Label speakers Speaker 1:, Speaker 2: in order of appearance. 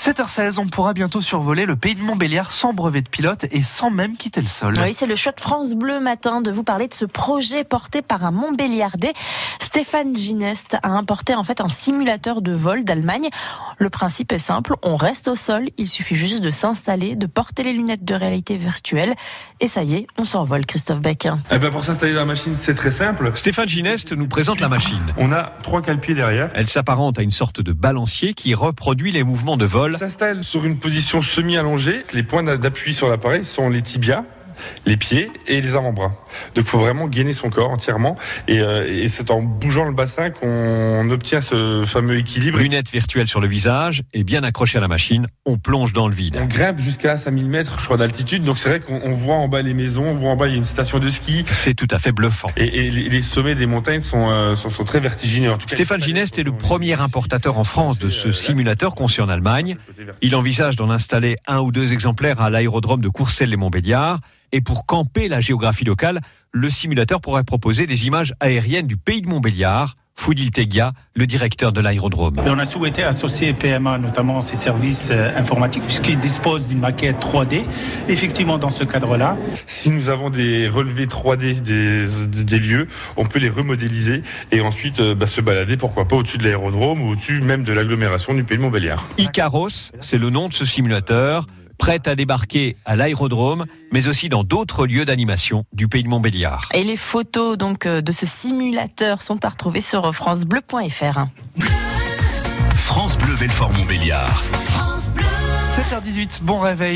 Speaker 1: 7h16, on pourra bientôt survoler le pays de Montbéliard sans brevet de pilote et sans même quitter le sol.
Speaker 2: Oui, c'est le choix de France Bleu matin de vous parler de ce projet porté par un Montbéliardais. Stéphane Ginest a importé en fait un simulateur de vol d'Allemagne. Le principe est simple, on reste au sol, il suffit juste de s'installer, de porter les lunettes de réalité virtuelle et ça y est, on s'envole Christophe Beck.
Speaker 3: Eh ben pour s'installer dans la machine, c'est très simple.
Speaker 4: Stéphane Ginest nous présente la machine.
Speaker 3: On a trois calepiers derrière.
Speaker 4: Elle s'apparente à une sorte de balancier qui reproduit les mouvements de vol.
Speaker 3: On s'installe sur une position semi-allongée. Les points d'appui sur l'appareil sont les tibias les pieds et les avant-bras. Donc il faut vraiment gainer son corps entièrement et, euh, et c'est en bougeant le bassin qu'on obtient ce fameux équilibre.
Speaker 4: Lunettes virtuelles sur le visage et bien accroché à la machine, on plonge dans le vide.
Speaker 3: On grimpe jusqu'à 5000 mètres, je crois, d'altitude. Donc c'est vrai qu'on on voit en bas les maisons, on voit en bas il y a une station de ski.
Speaker 4: C'est tout à fait bluffant.
Speaker 3: Et, et les les sommets des montagnes sont, euh, sont, sont très vertigineux. En tout cas,
Speaker 4: Stéphane
Speaker 3: les
Speaker 4: Ginest est le
Speaker 3: sont-
Speaker 4: premier importateur en France de ce simulateur conçu en Allemagne. Il envisage d'en installer un ou deux exemplaires à l'aérodrome de Courcelles-les-Montbéliards. Et pour camper la géographie locale, le simulateur pourrait proposer des images aériennes du pays de Montbéliard. Foudil Teguia, le directeur de l'aérodrome.
Speaker 5: Et on a souhaité associer PMA, notamment ses services euh, informatiques, puisqu'ils disposent d'une maquette 3D. Effectivement, dans ce cadre-là,
Speaker 3: Si nous avons des relevés 3D des, des lieux, on peut les remodéliser et ensuite euh, bah, se balader, pourquoi pas, au-dessus de l'aérodrome ou au-dessus même de l'agglomération du pays de Montbéliard.
Speaker 4: Icaros, c'est le nom de ce simulateur, prêt à débarquer à l'aérodrome, mais aussi dans d'autres lieux d'animation du pays de Montbéliard.
Speaker 2: Et les photos donc euh, de ce simulateur sont à retrouver sur francebleu.fr.
Speaker 6: France Bleu Belfort Montbéliard.
Speaker 1: 7h18, bon réveil.